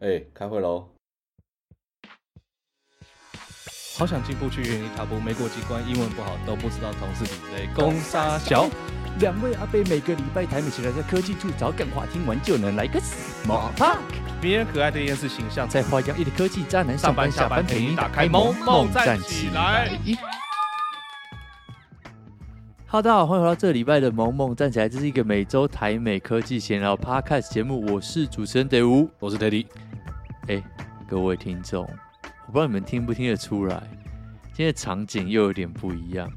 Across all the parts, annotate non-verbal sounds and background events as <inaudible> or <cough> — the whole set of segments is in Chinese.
哎、开会喽！好想进步去原地踏步，没过几关，英文不好都不知道同事比谁攻杀小。两位阿贝每个礼拜台美起来在科技处找梗话，听完就能来个死猫趴，别人可爱的厌世形象，在花样一的科技渣男上班下班陪你打开萌梦站起来。。哈喽，大家好，欢迎回到这礼拜的萌萌站起来，这是一个每周台美科技闲聊 podcast 节目，我是主持人德吾。我是 Teddy，哎，各位听众，我不知道你们听不听得出来，今天的场景又有点不一样，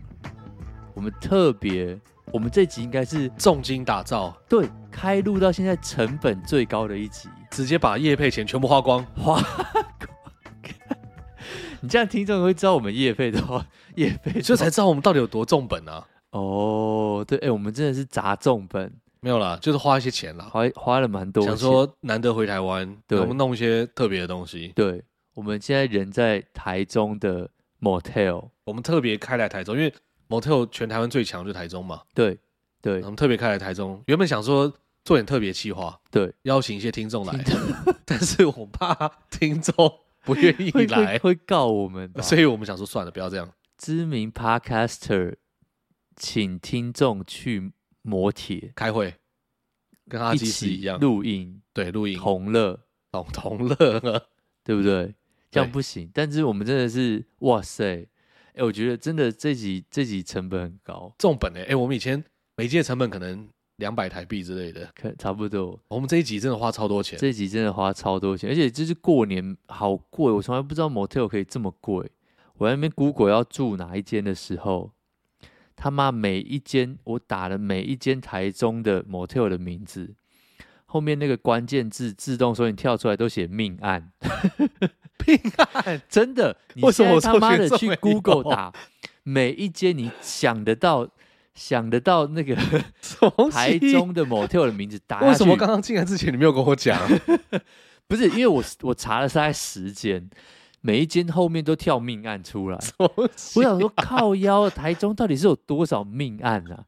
我们特别。我们这集应该是重金打造，对开录到现在成本最高的一集，直接把业配钱全部花 <laughs> 光。 <laughs> 你这样听众会知道我们业费的 <laughs> 话，业费所以才知道我们到底有多重本啊？哦，对，哎、我们真的是砸重本，没有啦，就是花一些钱啦。花花了蛮多钱。想说难得回台湾，对我们弄一些特别的东西。对，我们现在人在台中的 motel，我们特别开来台中，因为 Motel 全台湾最强就是台中嘛。对对我们特别开来台中，原本想说做点特别企划，对，邀请一些听众来听， <laughs> 但是我怕听众不愿意会会来，啊会告我们吧，所以我们想说算了，不要这样。知名 podcaster 请听众去摩铁开会，跟阿一基斯一起样，录音对，录音同乐，同同乐， <laughs> 对不嗯对？这样对不行，但是我们真的是哇塞，哎、我觉得真的这集这集成本很高，重本诶、欸，哎、我们以前每一集的成本可能两百台币之类的，可差不多。我们这一集真的花超多钱，这集真的花超多钱，而且就是过年好贵，我从来不知道 motel 可以这么贵。我在那边 Google 要住哪一间的时候，他妈每一间我打了每一间台中的 motel 的名字，后面那个关键字自动搜你跳出来都写命 <laughs> 案，命案真的，你为什现么在他我妈搜的寻去这么 Google 多打每一间你想得到。想得到那个什么东西台中的 motel 的名字打下去， <laughs> 为什么刚刚进来之前你没有跟我讲？不是，因为我我查了大概十间，每一间后面都跳命案出来。 <laughs> 啊我想说，靠腰，台中到底是有多少命案啊？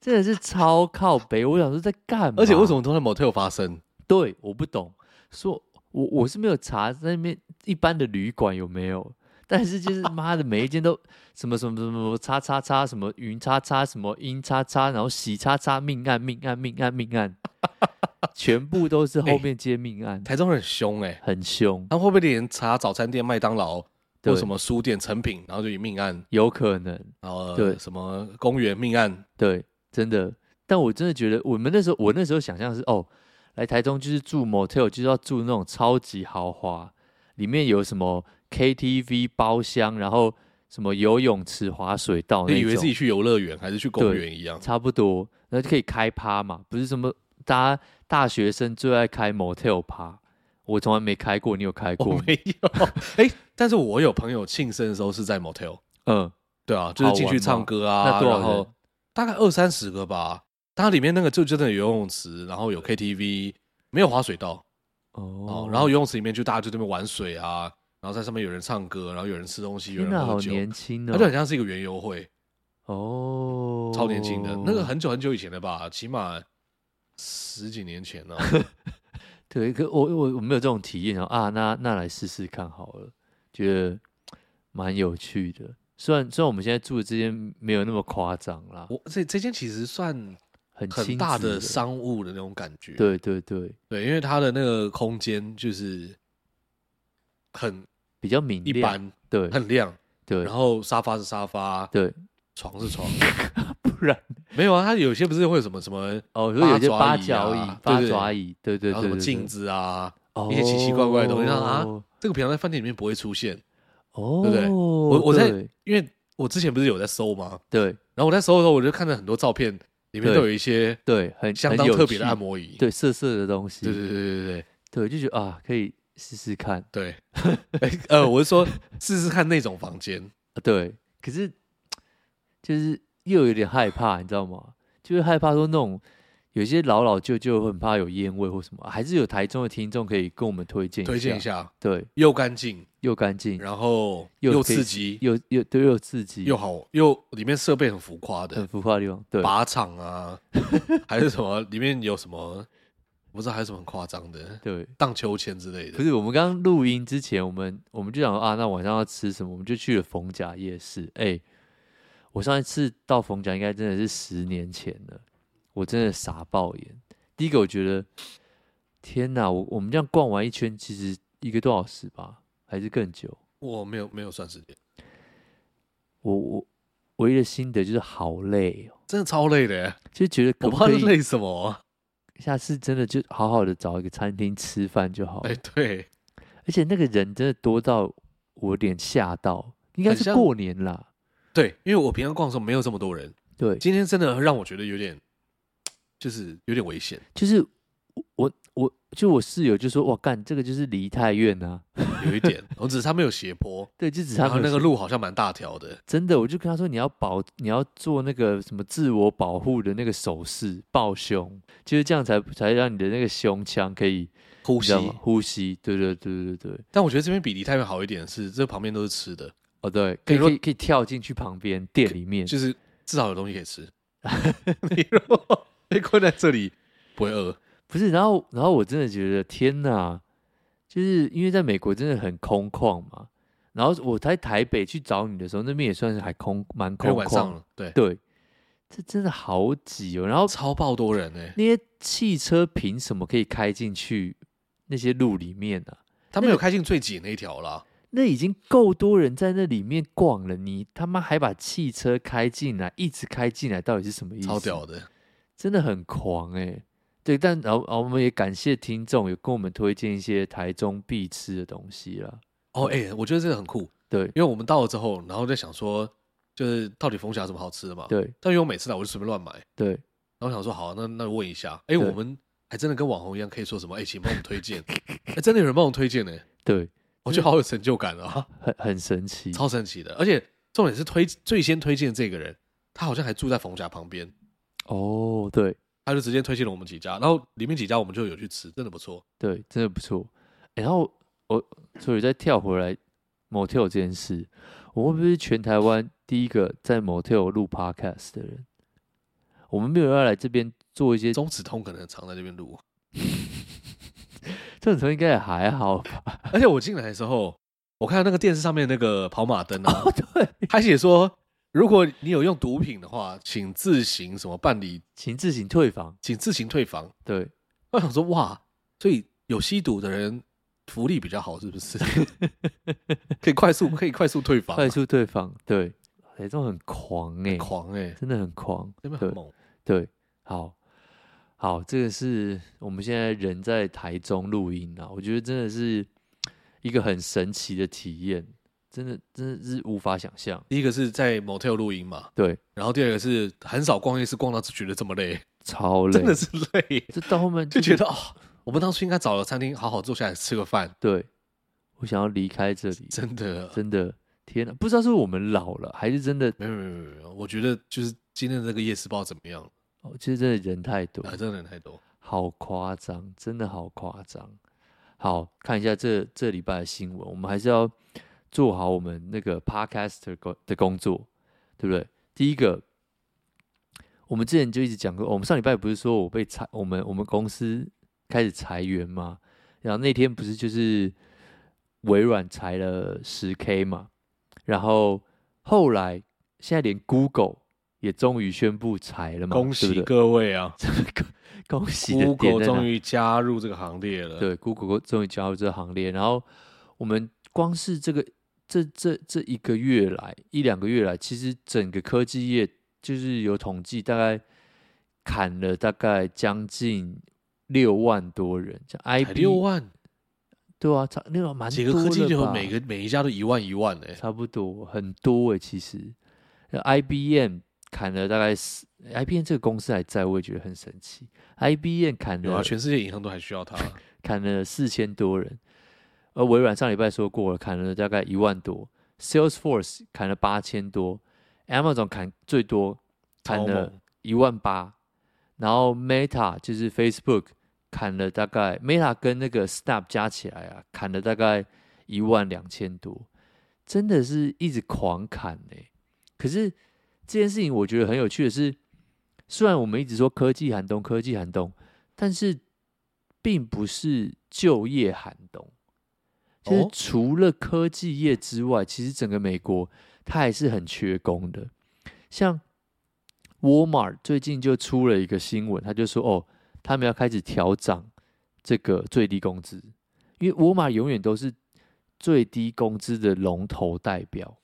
真的是超靠北。我想说在干嘛？ <laughs> 而且为什？么都在 motel 发生？对，我不懂。说我我是没有查在那边一般的旅馆有没有，但是就是妈的每一间都什么什么什么什么叉叉叉什么云叉叉什么阴叉叉，然后喜叉叉命案命案命案命案，全部都是 <laughs> 后哎面接命案，台中人很凶哎、欸，很凶。他们会不会连查早餐店、麦当劳对或什么书店、成品，然后就以命案，有可能，然后呃对什么公园命案？对，真的。但我真的觉得，我们那时候，我那时候想象是，哦，来台中就是住 motel，就是要住那种超级豪华，里面有什么 KTV 包厢，然后什么游泳池、滑水道那你种，以为自己去游乐园还是去公对园一样？差不多，然后就可以开趴嘛，不是什么大家大学生最爱开 motel 趴，我从来没开过，你有开我过吗？没有， <laughs> 哎、但是我有朋友庆生的时候是在 motel，嗯，对啊，就是进好玩去吗唱歌啊，那多少然后人大概二三十个吧。它里面那个就真的有游泳池，然后有 KTV，没有滑水道哦哦，然后游泳池里面就大家就在那边玩水啊，然后在上面有人唱歌，然后有人吃东西，有天人哪，好喝酒，年轻它就很哦，像是一个园游会，哦，超年轻的。那个很久很久以前的吧，起码十几年前了、 <laughs> 对，可我我我没有这种体验，然后啊，那那来试试看好了，觉得蛮有趣的。虽然虽然我们现在住的这间没有那么夸张啦，我这这间其实算很很亲大子的商务的那种感觉，对对对，对，因为它的那个空间就是很比较明一亮，般，对很亮，对然后沙发是沙发，对，床是 <laughs> 床，不 <laughs> 然没有啊，它有些不是会有什么什么，哦，有有些八八角爪椅椅啊、八对对爪椅，对对然后对对，什么对镜，子啊，一些奇奇怪怪的东西让它这个平常在饭店里面不会出现，哦，对不对我我在对因为我之前不是有在搜吗？对然后我在搜的时候，我就看到很多照片，里面对都有一些对，很相很当有特别的趣按摩椅，对色色的东西，对对对对对对就觉得啊，可以试试看，对对， <laughs> 哎呃，我是说试试看那种房间，对，可是就是又有点害怕，你知道吗？就是害怕说那种有些老老旧旧会很怕有烟味或什么，还是有台中的听众可以跟我们推荐推荐一，下，对，又干净，又干净，然后又又可以刺激，又又对又刺激，又好，又里面设备很嗯浮夸的 <laughs> 很，浮夸的地方，对，靶场啊，还是什么？里面有什么我不知道还有什么很夸张的，对，荡秋千之类不的。是我们刚刚录音之前，我们我们就想说啊，那晚上要吃什么？我们就去了逢甲夜市。哎、我上一次到逢甲应该真的是十年前了，我真的傻爆眼。第一个我觉得，天哪，我我们这样逛完一圈，其实一个多小时吧，还是更久。我没有没有算时间，我我唯一的心得就是好累哦，真的超累的耶，就觉得可我不不知道可是以累什么。啊下次真的就好好的找一个餐厅吃饭就好了哎，。对，而且那个人真的多到我有点吓到，应该很是像过年啦。对，因为我平常逛的时候没有这么多人，对，今天真的让我觉得有点，就是有点危险。就是我我就我室友就说哇干这个就是梨泰院啊，有 <laughs> 一点，我只是它没有斜坡，对，就只差然没后有那个写路好像蛮大条的，真的，我就跟他说你要保你要做那个什么自我保护的那个手势，抱胸，就是这样才才让你的那个胸腔可以呼呼吸。呼吸，对对对对对，但我觉得这边比梨泰院好一点是，这旁边都是吃的，哦对，可以比如可说以可以跳进去旁边店里面，就是至少有东西可以吃。 <laughs> 你如果被困在这里，不会饿。不是，然后然后我真的觉得天哪，就是因为在美国真的很空旷嘛，然后我在台北去找你的时候，那边也算是还空蛮因为空晚上旷，了，对，对，这真的好挤哦。然后超爆多人哎、那些汽车凭什么可以开进去那些路里面啊？他们有开进最挤那一条啦。那已经够多人在那里面逛了，你他妈还把汽车开进来，一直开进来，到底是什么意思？超屌的，真的很狂哎、对，但然后然后我们也感谢听众有跟我们推荐一些台中必吃的东西啦。哦，哎、我觉得这个很酷，对因为我们到了之后，然后在想说，就是到底冯峡有什么好吃的嘛？。对但因为我每次来我就随便乱买，对，然后想说好啊，那那问一下，哎、对我们还真的跟网红一样，可以说什么？哎、请帮我们推荐，哎、真的有人帮我们推荐呢、对，我觉得好有成就感啊，很很神奇。超神奇的。而且重点是推最先推荐这个人，他好像还住在冯家旁边，哦，对他就直接推荐了我们几家，然后里面几家我们就有去吃，真的不错。对，真的不错。然后我所以再跳回来 motel 这件事，我会不会是全台湾第一个在 motel 录 podcast 的人？我们没有要来这边做一些，中子通可能很常在这边录，这种程度应该也还好吧？而且我进来的时候，我看到那个电视上面那个跑马灯啊，哦对，他写说，如果你有用毒品的话，请自行什么办理，请自行退房。请自行退房。对，我想说，哇，所以有吸毒的人福利比较好，是不是？ <laughs> 可以快速可以快速退房，啊快速退房。对，哎、这种很狂哎、狂哎、欸，真的很狂。真的对很猛。对，好，好，这个是我们现在人在台中录音啊，我觉得真的是一个很神奇的体验，真的真的是无法想象。第一个是在 motel 录音嘛，对，然后第二个是很少逛夜市逛到觉得这么累，超累，真的是累，就到后面 <laughs> 就觉是得哦，我们当初应该找个餐厅好好坐下来吃个饭， <laughs> 对，我想要离开这里，真的。真的，天哪，不知道是我们老了，还是真的，没有没有没有没有，我觉得就是今天的这个夜市不知道怎么样，哦其实真的人太多，啊，真的人太多。好夸张，真的好夸张。好看一下这这礼拜的新闻，我们还是要做好我们那个 podcaster 工的工作，对不对？第一个，我们之前就一直讲过，我们上礼拜不是说我被裁，我们我们公司开始裁员嘛，然后那天不是就是微软裁了十 K 嘛，然后后来现在连 Google 也终于宣布裁了嘛，恭对不喜对各位啊恭喜的点！Google 在哪终于加入这个行列了。，对，Google 终于加入这个行列。然后我们光是这个这这这一个月来一两个月来，其实整个科技业就是有统计，大概砍了大概将近六万多人，像 IB 六万，对啊，差六万蛮几个多科技了就吧每个每一家都一万一万哎、差不多很多诶、其实那 IBM 砍了大概四，IBM 这个公司还在，我也觉得很神奇。IBM 砍有了啊，全世界银行都还 <laughs> 需要它。砍了四千多人，而微软上礼拜说过了，砍了大概一万多，Salesforce 砍了八千多，Amazon 砍最多，砍超了猛一万八，然后 Meta 就是 Facebook 砍了大概 Meta 跟那个 Snap 加起来啊，砍了大概一万两千多，真的是一直狂砍呢、可是这件事情我觉得很有趣的是，虽然我们一直说科技寒冬，科技寒冬，但是并不是就业寒冬，就是哦除了科技业之外，其实整个美国它还是很缺工的。像 Walmart 最近就出了一个新闻，他就说哦，他们要开始调涨这个最低工资，因为 Walmart 永远都是最低工资的龙头代表。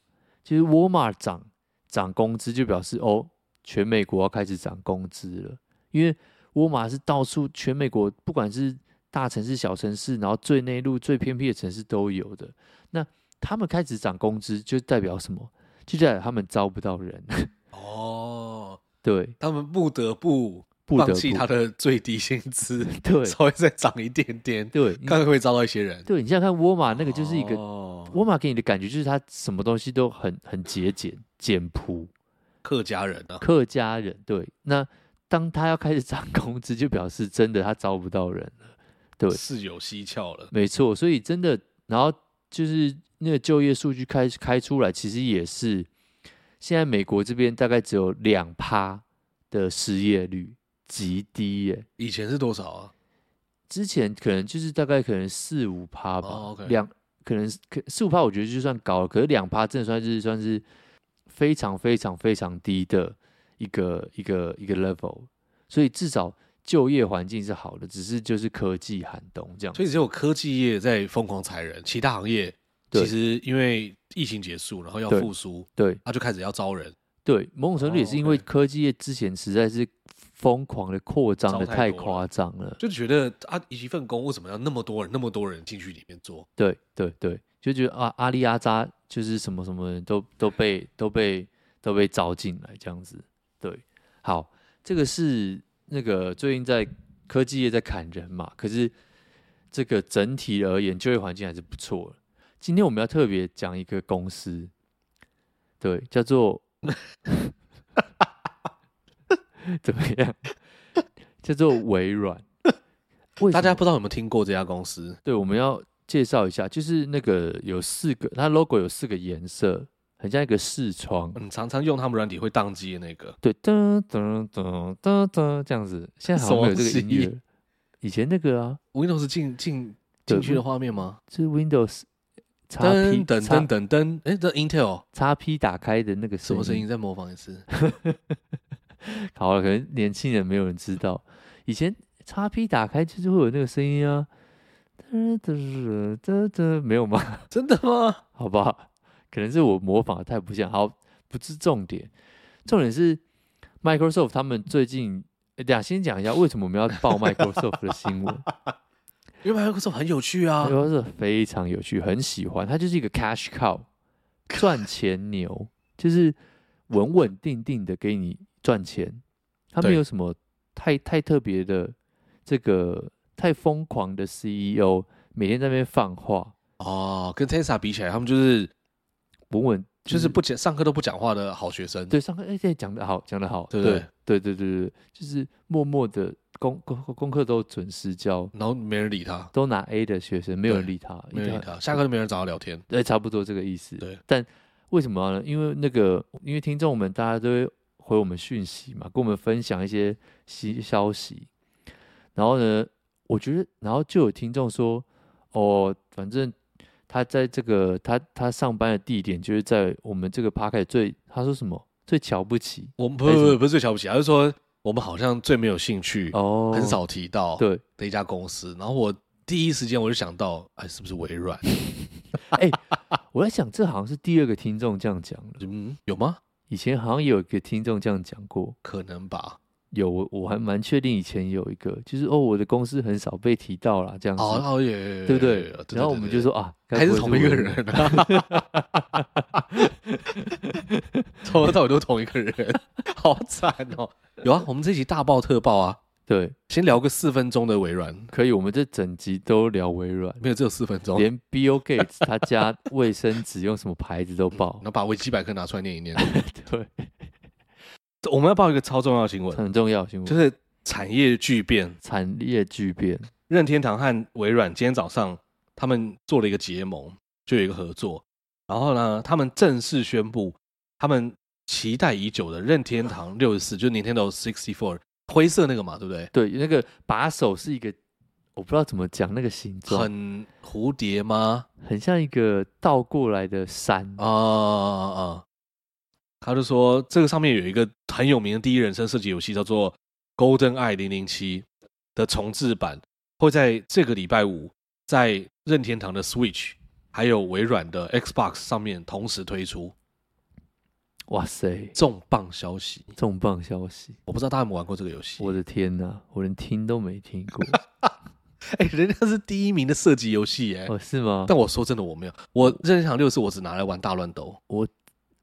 其实 Walmart 涨涨工资就表示哦，全美国要开始涨工资了，因为沃尔玛是到处全美国，不管是大城市、小城市，然后最内陆、最偏僻的城市都有的。那他们开始涨工资，就代表什么？就代表他们招不到人，哦，对，他们不得不不得放弃不他的最低薪资， <laughs> <laughs> 对稍微再涨一点点，对你看会不会招到一些人。对，你想想看，沃尔玛那个就是一个哦沃尔玛给你的感觉，就是它什么东西都很很节俭、简朴，客家人啊，客家人对。那当他要开始涨工资，就表示真的他招不到人了。对是有蹊跷了。没错，所以真的，然后就是那个就业数据开开出来，其实也是现在美国这边大概只有两趴的失业率，极低耶。以前是多少啊？之前可能就是大概可能四五趴哦吧，OK，两、可能可四五趴，我觉得就算高了，可是两趴真的算是算是非常非常非常低的一个一个一个 level，所以至少就业环境是好的，只是就是科技寒冬这样。所以只有科技业在疯狂裁人，其他行业对其实因为疫情结束，然后要对复苏，对，他就开始要招人，对，某种程度也是因哦为，OK 科技业之前实在是疯狂的扩张招的太太多了夸张了。就觉得啊，一份工为什么要那么多人、那么多人进去里面做？对对对，就觉得啊，阿里阿扎就是什么什么人都都被都被都被招进来这样子。对，好，这个是那个最近在科技业在砍人嘛，可是这个整体而言就业环境还是不错的。今天我们要特别讲一个公司，对，叫做 <laughs> 怎么样？ <laughs> 叫做微软。为大什家么不知道有没有听过这家公司？对，我们要介绍一下，就是那个有四个，它 logo 有四个颜色，很像一个视窗。嗯，常常用他们软体会宕机的那个，对，噔噔噔噔噔，这样子。现在好像没有这个什么音东西乐。以前那个啊， Windows 进进对进去的画面吗？就是 Windows 叉噔 P 噔叉噔噔噔，哎，这 Intel 叉 P 打开的那个什么声音音？？再模仿一次。 <laughs> <laughs> 好了，可能年轻人没有人知道，以前叉 P 打开就是会有那个声音啊，噔噔噔噔，没有吗？真的吗？好吧，可能是我模仿的太不像。好，不是重点，重点是 Microsoft 他们最近，诶等一下先讲一下为什么我们要报 Microsoft 的新 <laughs> 闻。因为 Microsoft 很有趣啊， Microsoft 非常有趣，很喜欢，它就是一个 cash <laughs> cow，赚钱牛，就是稳稳定定的给你赚钱，它没对有什么太太特别的这个太疯狂的 CEO，每天在那边放话，哦，跟 Tesla 比起来，他们就是稳稳就是不讲上课都不讲话的好学生。嗯对，上课哎，对，讲的好，讲的好，嗯对不对对对对对，就是默默的功功功课都准时交，然后没人理他，都拿 A 的学生没有人对理他，没一人理定要他，下课都没人找他聊天。对，差不多这个意思。对，但为什么呢？因为那个，因为听众们大家都会回我们讯息嘛，跟我们分享一些新消息。然后呢，我觉得，然后就有听众说，哦，反正他在这个他他上班的地点就是在我们这个 p a r k 最，他说什么最瞧不起我们不还是不不不是最瞧不起，而是说我们好像最没有兴趣，哦，很少提到对，的一家公司。然后我第一时间我就想到，哎，是不是微软？ <laughs> 哎我在想，这好像是第二个听众这样讲了。嗯，有吗？以前好像也有一个听众这样讲过，可能吧。有我我还蛮确定以前有一个，就是哦，我的公司很少被提到啦，这样子，哦，哦也嗯对不对？然后我们就说啊，该还不是会同一个我人，啊，啊 <laughs> 从头到尾都同一个人，好惨哦！有啊，我们这集大爆特爆啊，对，先聊个四分钟的微软，可以，我们这整集都聊微软，没有只有四分钟，连 Bill Gates 他家卫生纸用什么牌子都报然，后把维基百科拿出来念一念。对， <laughs> 我们要报一个超重要的新闻，很重要新闻，就是产业巨变，产业巨变，任天堂和微软今天早上他们做了一个结盟，就有一个合作。然后呢，他们正式宣布，他们期待已久的任天堂六十四，就是 Nintendo sixty four 灰色那个嘛，对不对？对，那个把手是一个我不知道怎么讲那个形状，很很蝴蝶吗？像一个倒过来的山。啊啊啊！啊他就说这个上面有一个很有名的第一人称射击游戏叫做《Golden Eye 零零七》的重置版，会在这个礼拜五在任天堂的 Switch 还有微软的 Xbox 上面同时推出，哇塞，重磅消息！重磅消息！我不知道大家有没有玩过这个游戏？我的天哪，我连听都没听过。哎、人家是第一名的射击游戏耶！哦，是吗？但我说真的，我没有，我任天堂六是我只拿来玩大乱斗，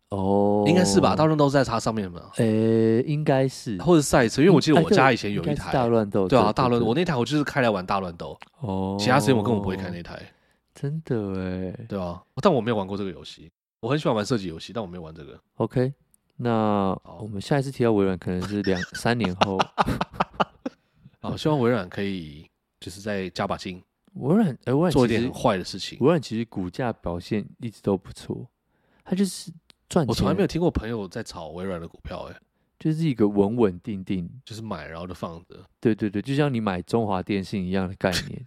哦，应该是吧？大乱斗在它上面嘛，诶，应该是。或者赛车，因为我记得哎我对家以前有应该一是台大乱斗，对啊，哦对大乱斗，对我那台我就是开来玩大乱斗，哦，其他时间我根本不会开那台，真的哎。对啊，但我没有玩过这个游戏，我很喜欢玩射击游戏，但我没有玩这个。 OK，那我们下一次提到微软可能是两三年 <laughs> 后。啊，希望微软可以就是再加把劲，微软，哎，微软做一其点实很坏的事情。微软其实股价表现一直都不错，它就是赚钱，我从来没有听过朋友在炒微软的股票、欸，哎，就是一个稳稳定定，就是买然后就放着。对对对，就像你买中华电信一样的概 <laughs> 念。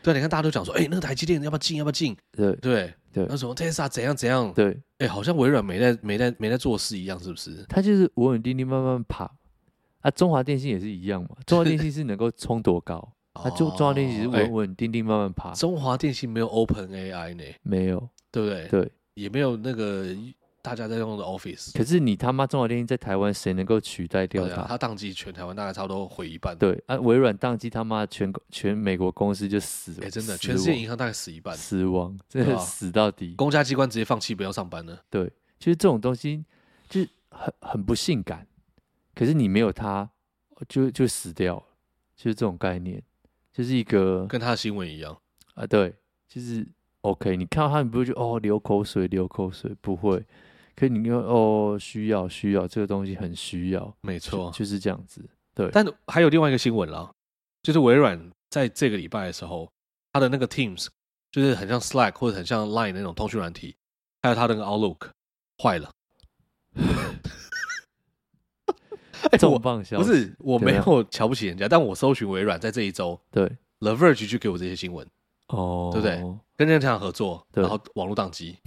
对啊，你看大家都讲说，哎、那个台积电要不要进，要不要进？对对对那什么 Tesla 怎样怎样？对，哎、好像微软没在没在没在做事一样，是不是？它就是稳稳定定慢慢爬。啊，中华电信也是一样嘛，中华电信是能够冲多 <laughs> 高，它就中华电信是哦哎稳稳定定慢慢爬，中华电信没有 Open AI 呢，没有对不对？对。也没有那个大家在用的 Office。可是你他妈中华电信在台湾谁能够取代掉对啊，它？他宕机全台湾大概差不多毁一半。，对啊，微软宕机，他妈全全美国公司就死哎、了，真的，死全世界亡银行大概死一半，死亡，真对的啊死到底。公家机关直接放弃不要上班了。对，就是这种东西，就是很很不性感，可是你没有它，就就死掉了，就是这种概念，就是一个跟他的新闻一样，啊，对，就是 OK，你看到它，你不会觉得哦流口水流口水，不会，可是你又哦需要需要这个东西很需要，没就错。就是这样子，对，但还有另外一个新闻啦，就是微软在这个礼拜的时候，它的那个 Teams 就是很像 Slack 或者很像 Line 那种通讯软体，还有它的那个 Outlook <laughs> 坏了。哎我重磅消不息，是我对没啊有瞧不起人家，但我搜寻微软在这一周对， ，The Verge 就给我这些新闻，哦，对不对？跟任天堂合作，对然后网络宕机。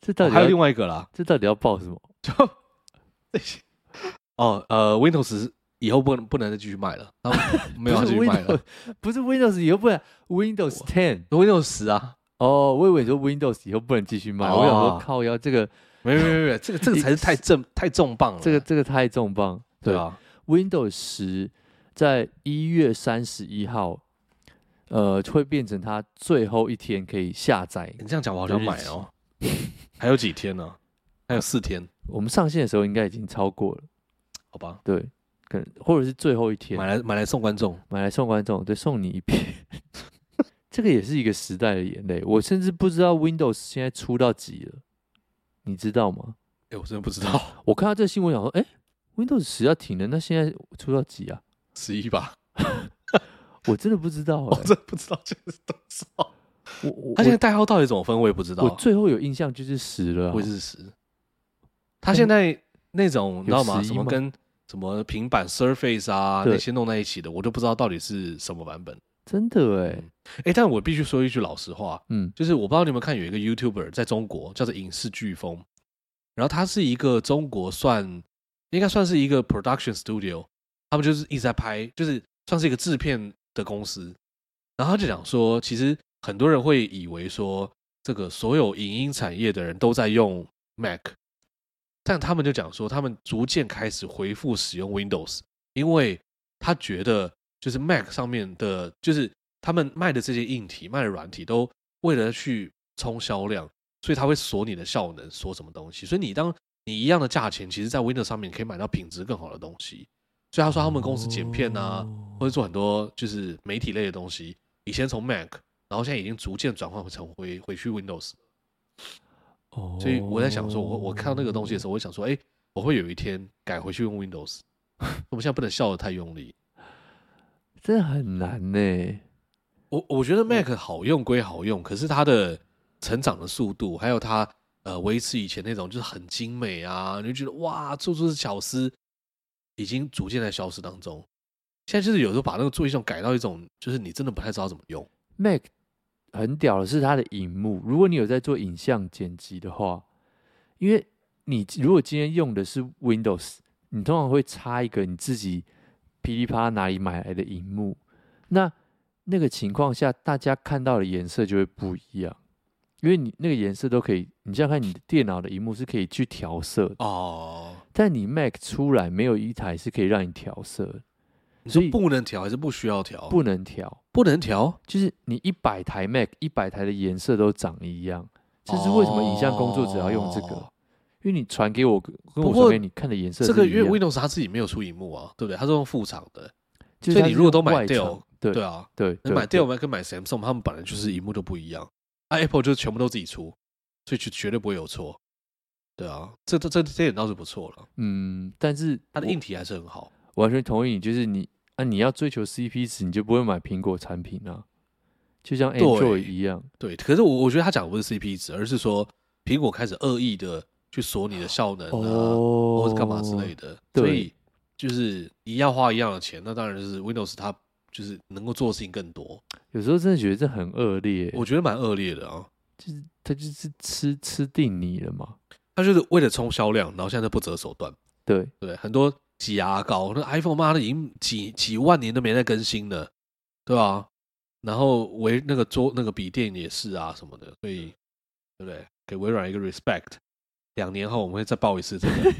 这到底哦还有另要外一个啦， <laughs> 这到底要报什么？哦，呃，Windows 以后不能不能再继续卖了，他 <laughs> 们没有要不继是续卖了 Windows，。不是 Windows 以后不能 Windows 我 Ten <laughs> Windows 十啊，哦，我以为你说 Windows 以后不能继续卖，哦我想说靠腰，这个没没没没，这个这个才是太 <laughs> 正太重磅了，这个这个太重磅。对啊， Windows 十在一月三十一号，呃，会变成它最后一天可以下载。你这样讲我好想买哦，还有几天呢？还有四天，我们上线的时候应该已经超过了，好吧，对，可能或者是最后一天买来买来送观众，买来送观众，对，送你一片。 <laughs> 这个也是一个时代的眼泪，我甚至不知道 Windows 现在出到几了，你知道吗？哎，我真的不知道，我看到这个新闻，想说，哎、w i n d o w s 十要停了，那现在出到几啊？十 <laughs> 一吧，我真的不知道、我哎真的不知道这是多少，我我哦他现在代号到底怎么分，我也不知我我道，啊最后有印象就是十了啊、我也是十，他现在那种你知道吗？有11什么吗跟什么平板 Surface 啊对那些弄在一起的，我都不知道到底是什么版本。真的哎、哎，但我必须说一句老实话，嗯，就是我不知道你们看有一个 YouTuber 在中国叫做影视飓风，然后他是一个中国算应该算是一个 production studio，他们就是一直在拍，就是算是一个制片的公司。然后他就讲说，其实很多人会以为说，这个所有影音产业的人都在用 Mac，但他们就讲说，他们逐渐开始回复使用 Windows，因为他觉得就是 Mac 上面的，就是他们卖的这些硬体、卖的软体，都为了去冲销量，所以他会锁你的效能，锁什么东西。所以你当你一样的价钱，其实在 Windows 上面可以买到品质更好的东西。所以他说他们公司剪片啊，哦或者做很多就是媒体类的东西，以前从 Mac，然后现在已经逐渐转换成回回去 Windows。哦所以我在想说，我我看到那个东西的时候，我想说，哎、我会有一天改回去用 Windows。我们现在不能笑得太用力。真的很难呢、 <laughs> 我我觉得 Mac 好用归好用，可是它的成长的速度，还有它呃维持以前那种就是很精美啊，你就觉得哇，处处是巧思，已经逐渐在消失当中。现在就是有时候把那个座椅系统改到一种，就是你真的不太知道怎么用。 Mac 很屌的是它的荧幕，如果你有在做影像剪辑的话，因为你如果今天用的是 Windows，你通常会插一个你自己噼里啪啦哪里买来的荧幕，那那个情况下，大家看到的颜色就会不一样，因为你那个颜色都可以，你想想看，你的电脑的荧幕是可以去调色的，哦，但你 Mac 出来没有一台是可以让你调色的，你所说以不能调还是不需要调？不能调。不能调，就是你一百台 Mac，一百台的颜色都长一样，这是为什么影像工作者要用这个？哦因为你传给我跟跟不我过传给你看的颜色这个是一因为样 Windows 它自己没有出荧幕啊，对不对？它是用副厂的，就是所以它你是如果都用买外 Dell，厂对对啊。对你对买对 Dell 跟买 Samsung，他们本来就是荧幕都不一样，啊，Apple 就是全部都自己出，所以绝绝对不会有错。对啊，这这这这点倒是不错了，嗯，但是它的我硬体还是很好。完全同意你，就是你啊，你要追求 CP 值，你就不会买苹果产品啊，就像对 Android 一样，对，可是我我觉得他讲的不是 CP 值，而是说苹果开始恶意的去锁你的效能啊，哦，或是干嘛之类的，的，对所以就是一样花一样的钱，那当然就是 Windows 它就是能够做的事情更多，有时候真的觉得这很恶劣，我觉得蛮恶劣的啊。就是它就是吃吃定你了嘛，他就是为了冲销量，然后现在不择手段。对，对，很多挤牙膏，那 iPhone 妈的已经几几万年都没在更新了，对吧、然后微那个桌那个笔电也是啊什么的，所以对不对？给微软一个 respect。两年后我们会再报一次这个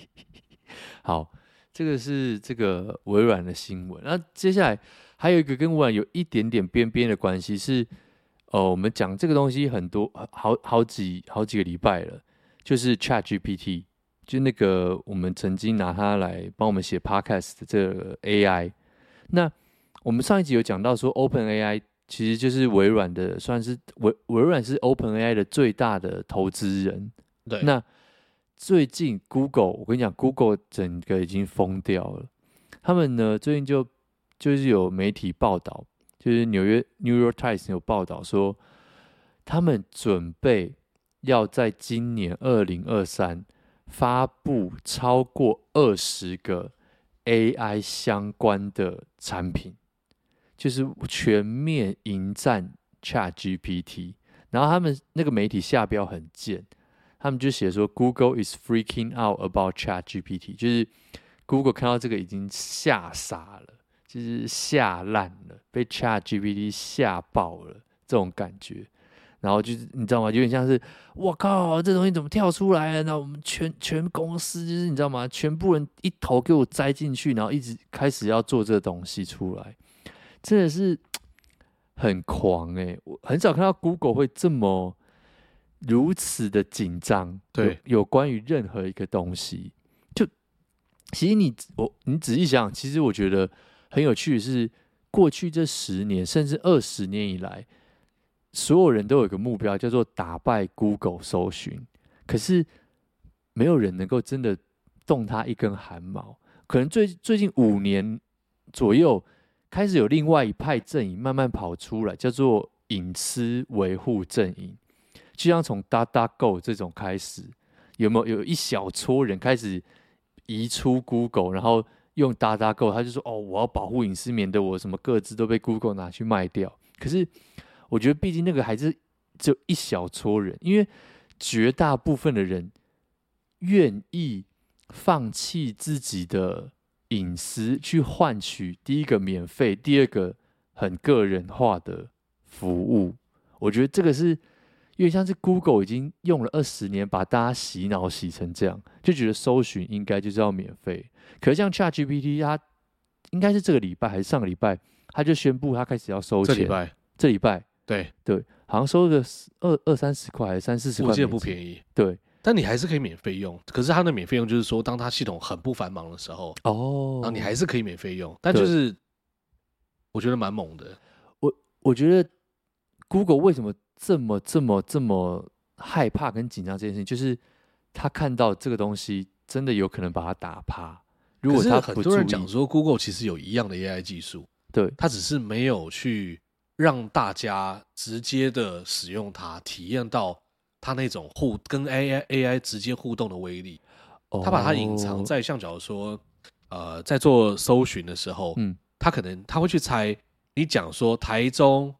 <laughs> 好，这个是这个微软的新闻。那接下来还有一个跟微软有一点点边边的关系是，呃，我们讲这个东西很多好好几好几个礼拜了，就是 Chat GPT，就那个我们曾经拿它来帮我们写 podcast 的这个 AI。那我们上一集有讲到说，Open AI 其实就是微软的，算是微微软是 Open AI 的最大的投资人。对，那最近 Google，我跟你讲，Google 整个已经疯掉了。他们呢，最近就就是有媒体报道，就是纽约 New York Times 有报道说，他们准备要在今年二零二三发布超过二十个 AI 相关的产品，就是全面迎战 ChatGPT。然后他们那个媒体下标很贱，他们就写说 Google is freaking out about ChatGPT，就是 Google 看到这个已经吓傻了，就是吓烂了，被 ChatGPT 吓爆了这种感觉。然后就是你知道吗？有点像是我靠，这东西怎么跳出来了？那我们全全公司就是你知道吗？全部人一头给我栽进去，然后一直开始要做这东西出来，真的是很狂哎、我很少看到 Google 会这么如此的紧张，对有，有关于任何一个东西，就其实你我你仔细想想，其实我觉得很有趣的是，过去这十年甚至二十年以来，所有人都有一个目标，叫做打败 Google 搜寻，可是没有人能够真的动它一根汗毛。可能最最近五年左右，开始有另外一派阵营慢慢跑出来，叫做隐私维护阵营，就像从 DuckDuckGo 这种开始，有没有有一小撮人开始移出 Google，然后用 DuckDuckGo，他就说哦，我要保护隐私，免得我什么各自都被 Google 拿去卖掉。可是我觉得，毕竟那个还是只有一小撮人，因为绝大部分的人愿意放弃自己的隐私，去换取第一个免费，第二个很个人化的服务。我觉得这个是因为像是 Google 已经用了二十年，把大家洗脑洗成这样，就觉得搜寻应该就是要免费。可是像 ChatGPT，它应该是这个礼拜还是上个礼拜，它就宣布它开始要收这钱。礼拜这礼拜对，对，好像收个十二二三十块还是三四十块，我记得不宜。便宜，对，但你还是可以免费用。可是它的免费用就是说，当它系统很不繁忙的时候，哦然后你还是可以免费用，但对就是我觉得蛮猛的。我觉得 Google 为什么这么这么这么害怕跟紧张这件事情，就是他看到这个东西真的有可能把它打趴。如可果是他很不多注人意，讲说，Google 其实有一样的 AI 技术，对它只是没有去让大家直接的使用它，体验到它那种互跟 AI AI 直接互动的威力。它把它隐藏哦在，像假如说呃在做搜寻的时候，嗯，他可能他会去猜你讲说台中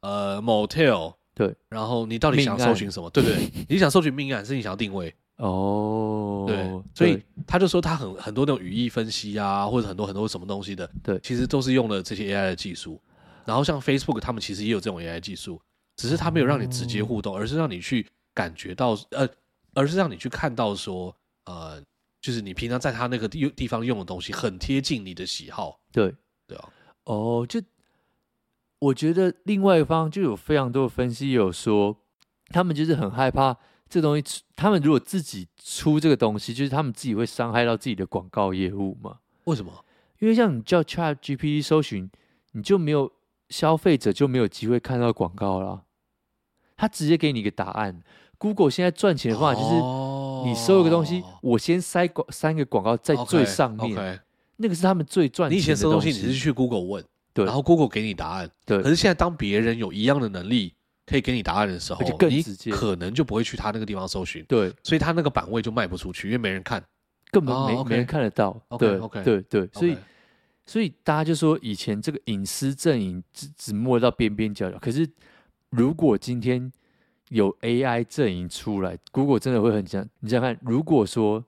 呃 motel，对，然后你到底想命案搜寻什么？对对，对你想搜寻命案，还是你想要定位？哦，对，所以他就说他很很多那种语义分析啊，或者很多很多什么东西的，对其实都是用了这些 AI 的技术。然后像 Facebook 他们其实也有这种 AI 技术，只是他没有让你直接互哦动，而是让你去感觉到，呃，而是让你去看到说，呃，就是你平常在他那个地地方用的东西很贴近你的喜好，对，对啊，哦，就我觉得另外一方就有非常多的分析有说，他们就是很害怕这东西出，他们如果自己出这个东西，就是他们自己会伤害到自己的广告业务嘛。为什么？因为像你叫 Chat GPT 搜寻，你就没有消费者就没有机会看到广告啦。他直接给你一个答案。Google 现在赚钱的方法哦就是，是你搜一个东西，我先塞广三个广告在哦最上面 o k 那个是他们最赚你以前钱的搜东东西。西，你是去 Google 问，对然后 Google 给你答案，对可是现在当别人有一样的能力可以给你答案的时候而且，更你直接可能就不会去他那个地方搜寻，对，所以他那个版位就卖不出去，因为没人看。根本哦没、 ，OK 没人看得到。 OK，对 OK 对对，所以 OK 所以大家就说以前这个隐私阵营只只摸到边边角角，可是如果今天有 AI 阵营出来，Google 真的会很想，你想想看，如果说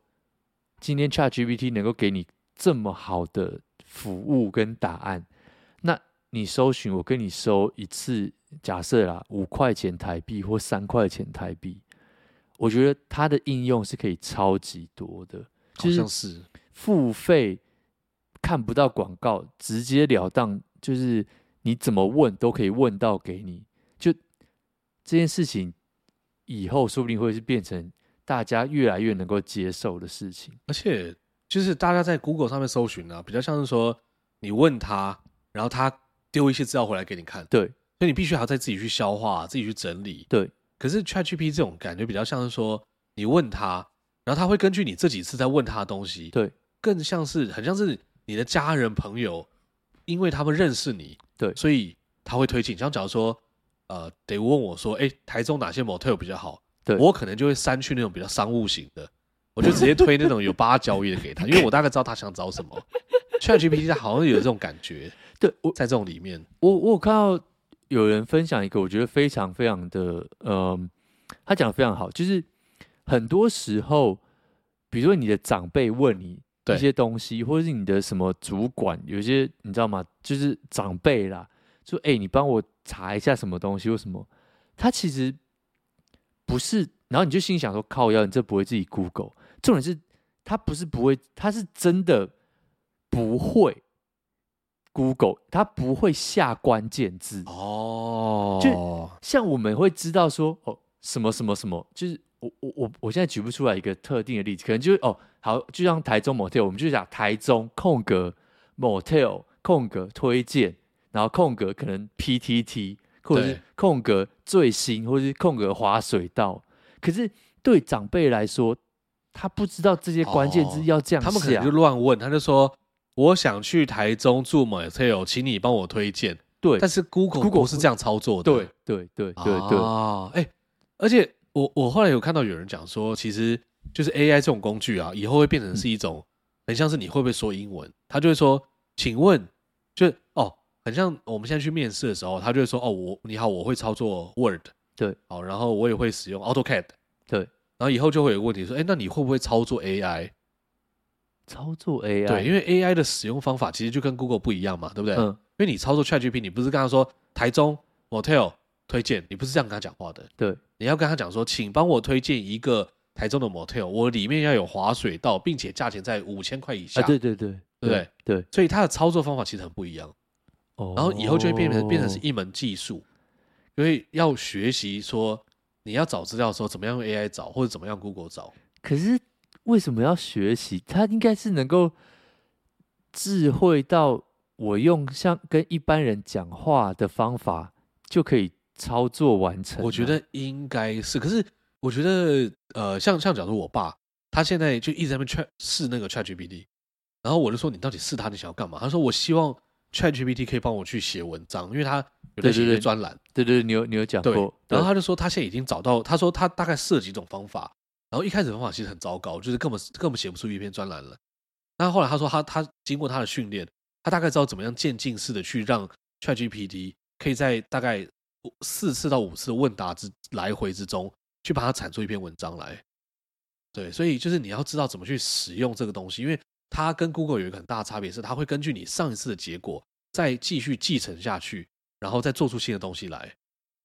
今天 ChatGPT 能够给你这么好的服务跟答案，那你搜寻我跟你收一次，假设啦五块钱台币或三块钱台币，我觉得它的应用是可以超级多的，好就是像是付费看不到广告，直截了当，就是你怎么问都可以问到给你。就这件事情以后，说不定会是变成大家越来越能够接受的事情。而且就是大家在 Google 上面搜寻啊，比较像是说你问他，然后他丢一些资料回来给你看，对所以你必须还要再自己去消化、自己去整理。对，可是 ChatGPT 这种感觉比较像是说你问他，然后他会根据你这几次在问他的东西，对，更像是很像是你的家人朋友，因为他们认识你，对所以他会推荐。像假如说，呃，得问我说，哎、台中哪些 motel 比较好？对我可能就会删去那种比较商务型的，我就直接推那种有八交易的给他，因为我大概知道他想找什么。ChatGPT 它好像有这种感觉，对我在这种里面，我我有看到有人分享一个，我觉得非常非常的，嗯、他讲的非常好，就是很多时候，比如说你的长辈问你对一些东西，或者是你的什么主管，有一些你知道吗？就是长辈啦，说哎、你帮我查一下什么东西或什么，他其实不是，然后你就心里想说靠腰，你这不会自己 Google，重点是他不是不会，他是真的不会 Google，他不会下关键字。哦像我们会知道说，哦，什么什么什么，就是我我我我现在举不出来一个特定的例子，可能就是哦，好，就像台中 motel，我们就讲台中空格 motel 空格推荐，然后空格可能 PTT 或者对是空格最新，或者是空格滑水道。可是对长辈来说，他不知道这些关键哦字要这样、下啊他们可能就乱问，他就说我想去台中住 motel，请你帮我推荐。对但是 Google Google 不是这样操作的，对对对对对，啊，哎、而且我我后来有看到有人讲说，其实就是 AI 这种工具啊，以后会变成嗯是一种、很像是你会不会说英文，他就会说，请问，就哦，很像我们现在去面试的时候，他就会说，哦，我你好，我会操作 Word，对，好、然后我也会使用 AutoCAD，对然后以后就会有个问题说，哎，那你会不会操作 AI？操作 AI 对，因为 AI 的使用方法其实就跟 Google 不一样嘛，对不对？嗯因为你操作 ChatGPT，你不是跟他说台中 motel 推荐，你不是这样跟他讲话的，对你要跟他讲说，请帮我推荐一个台中的 motel，我里面要有滑水道，并且价钱在五千块以下，啊对对对对不对？对，哦所以它的操作方法其实很不一样，然然后以后就会变成变成是一。一门技术，因为要学习说你要找资料的时候，怎么样用 AI 找，或者怎么样 Google 找。可是为什么要学习？他应该是能够智慧到我用像跟一般人讲话的方法就可以操作完成啊、我觉得应该是，可是我觉得呃，像像假如我爸，他现在就一直在那边 chat 试那个 ChatGPT，然后我就说你到底试他，你想要干嘛？他说我希望 ChatGPT 可以帮我去写文章，因为他有对在对写一些对专栏，对对，对你有你有讲过，然后他就说他现在已经找到，他说他大概试了几种方法，然后一开始的方法其实很糟糕，就是根本根本写不出一篇专栏了。那后来他说他他经过他的训练，他大概知道怎么样渐进式的去让 ChatGPT 可以在大概五四次到五次问答之来回之中，去把它产出一篇文章来。对，所以就是你要知道怎么去使用这个东西，因为它跟 Google 有一个很大的差别是，它会根据你上一次的结果再继续继承下去，然后再做出新的东西来。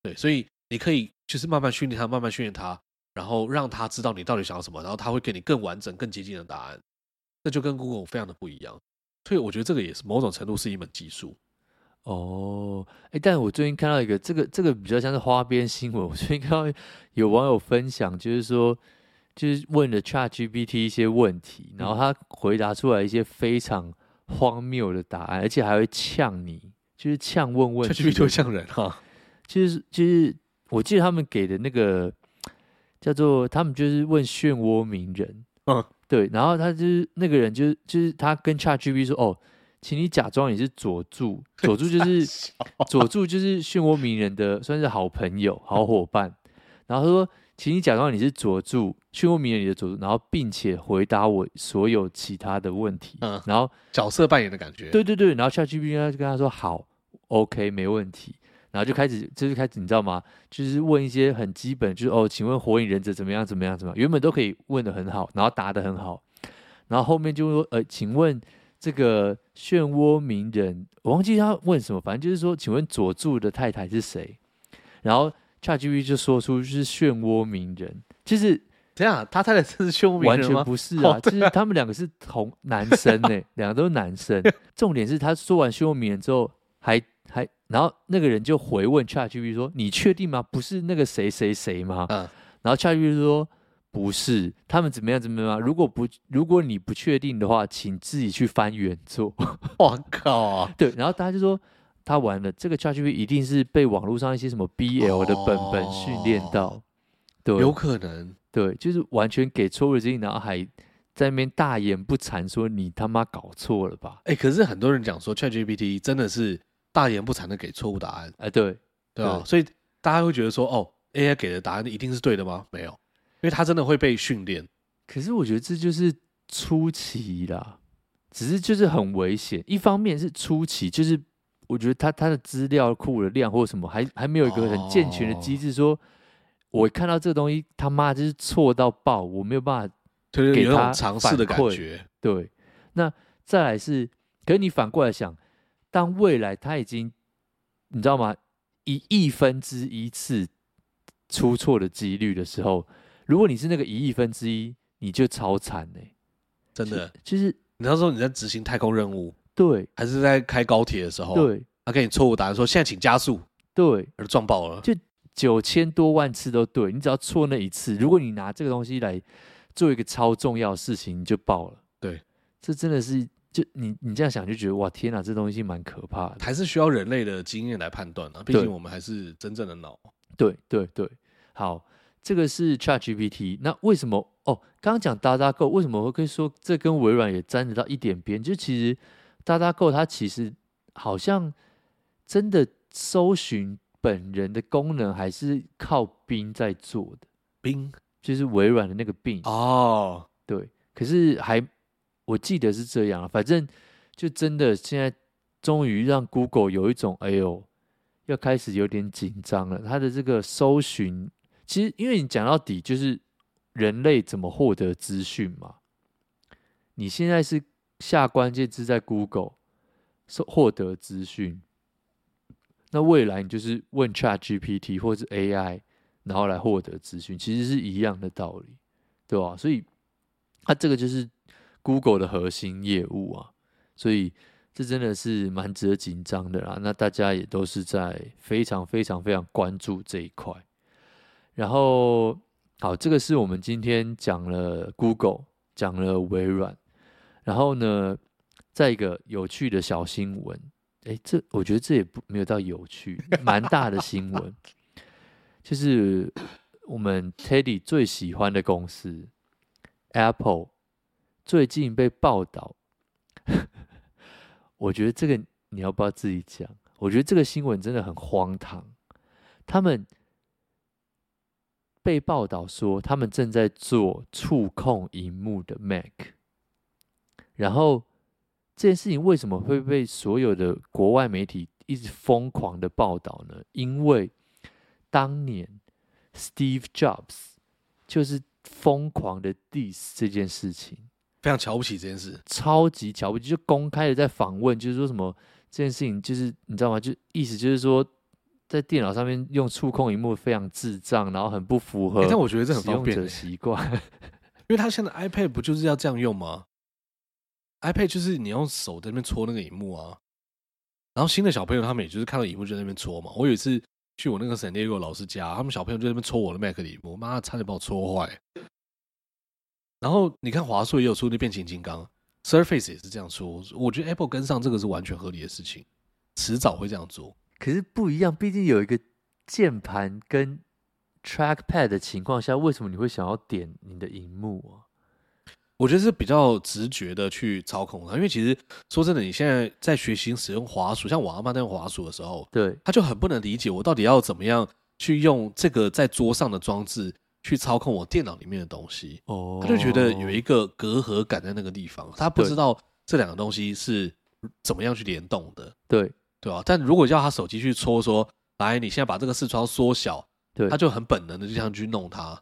对，所以你可以就是慢慢训练它，慢慢训练它，然后让它知道你到底想要什么，然后它会给你更完整、更接近的答案。这就跟 Google 非常的不一样，所以我觉得这个也是某种程度是一门技术。哦，哎，但我最近看到一个，这个这个比较像是花边新闻。我最近看到有网友分享，就是说，就是问了 ChatGPT 一些问题，然后他回答出来一些非常荒谬的答案，而且还会呛你，就是呛问问题 ChatGPT 会像人哈，就是就是，我记得他们给的那个叫做他们就是问漩涡鸣人，嗯，对，然后他就是那个人就是就是他跟 ChatGPT 说哦，请你假装你是佐助，佐助就 <laughs> 是佐助就是漩涡鸣人的算是好朋 <laughs> 友、好伙伴，然后他说请你假装你是佐助，漩涡鸣人里的佐助，然后并且回答我所有其他的问题，嗯然后角色扮演的感觉。对对对，然后 ChatGPT 就跟他说好，OK，没问题。然后就开始，就是开始，你知道吗？就是问一些很基本，就是哦，请问《火影忍者》怎么样？怎么样？怎么样？原本都可以问的很好，然后答的很好，然后后面就会说，呃，请问这个漩涡鸣人，我忘记他问什么，反正就是说，请问佐助的太太是谁？然后 ChatGPT 就说出是漩涡鸣人，就是这样他太太 <laughs> 真是漩涡鸣完人全吗？不是哦啊， <laughs> 就是他们两个是同男生呢、欸两个都是男 <laughs> 生。重点是他说完凶恶鸣人之后，还还，然后那个人就回问 ChatGPT 说：“你确定吗？不是那个谁谁谁吗？”嗯然后 ChatGPT 说：“不是，他们怎么样怎么样啊？如果不如果你不确定的话，请自己去翻原作。” <laughs> 我靠！啊对，然后大家就说他完了，这个 ChatGPT 一定是被网络上一些什么 BL 的本本训练哦到。对，有可能，对，就是完全给错误的指引，然后还在那边大言不惭说你他妈搞错了吧？哎，可是很多人讲说 ChatGPT 真的是大言不惭的给错误答案，哎、对，对吧？对所以大家会觉得说，哦，AI 给的答案一定是对的吗？没有，因为它真的会被训练。可是我觉得这就是初期啦，只是就是很危险。一方面是初期，就是我觉得他他的资料库的量或什么还还没有一个很健全的机制说。我看到这个东西，他妈就是错到爆，我没有办法就是给有那种它尝试的感反馈觉，对，那再来是，可是你反过来想，当未来它已经，你知道吗？一亿分之一次出错的几率的时候，如果你是那个一亿分之一，你就超惨哎、真的。就，就是你那时候你在执行太空任务，对还是在开高铁的时候，对他给你错误答案说现在请加速，对，而撞爆了。九千多万次都对，你只要错那一次，如果你拿这个东西来做一个超重要的事情，你就爆了。对，这真的是就你你这样想就觉得哇天啊哪，这东西蛮可怕的。还是需要人类的经验来判断啊，毕对竟我们还是真正的脑。对对对，好，这个是 ChatGPT。那为什么哦？刚刚讲 DadaGo，为什么我会说这跟微软也沾得到一点边？就其实 DadaGo 它其实好像真的搜寻本人的功能还是靠冰在做的，冰就是微软的那个病。哦，对，可是还我记得是这样啊，反正就真的现在终于让 Google 有一种哎呦，要开始有点紧张了。它的这个搜寻，其实因为你讲到底就是人类怎么获得资讯嘛，你现在是下关键字在 Google 搜获得资讯，那未来你就是问 ChatGPT 或是 AI，然后来获得资讯，其实是一样的道理，对吧、所以它、啊这个就是 Google 的核心业务啊，所以这真的是蛮值得紧张的啦。那大家也都是在非常非常非常关注这一块。然后，好，这个是我们今天讲了 Google，讲了微软，然后呢，再一个有趣的小新闻，诶，这我觉得这也不没有到有趣，蛮大的新闻，就是我们 Teddy 最喜欢的公司 Apple 最近被报道，我觉得这个你要不要自己讲？我觉得这个新闻真的很荒唐，他们被报道说他们正在做触控荧幕的 Mac，然后这件事情为什么会被所有的国外媒体一直疯狂的报道呢？因为当年 Steve Jobs 就是疯狂的 diss 这件事情，非常瞧不起这件事。超级瞧不起，就公开的在访问，就是说什么这件事情，就是你知道吗？就意思就是说，在电脑上面用触控荧幕非常智障，然后很不符合欸但我觉得这很呃使方用便欸、者习惯。 <laughs> 因为它现在 iPad 不就是要这样用吗？iPad 就是你用手在那边戳那个荧幕啊。然后新的小朋友他们也就是看到荧幕就在那边戳嘛。我有一次去我那个 San Diego 老师家，他们小朋友就在那边戳我的 Mac 的荧幕，妈的差点把我戳坏。然后你看华硕也有出那变形金刚，Surface 也是这样出，我觉得 Apple 跟上这个是完全合理的事情，迟早会这样做。可是不一样，毕竟有一个键盘跟 trackpad 的情况下，为什么你会想要点你的荧幕啊？我觉得是比较直觉的去操控它，因为其实说真的，你现在在学习使用滑鼠，像我阿妈在用滑鼠的时候，对，他就很不能理解我到底要怎么样去用这个在桌上的装置去操控我电脑里面的东西，哦他就觉得有一个隔阂感在那个地方，他不对知道这两个东西是怎么样去联动的，对对吧、但如果叫他手机去戳说，来，你现在把这个视窗缩小，对，他就很本能的就想去弄它，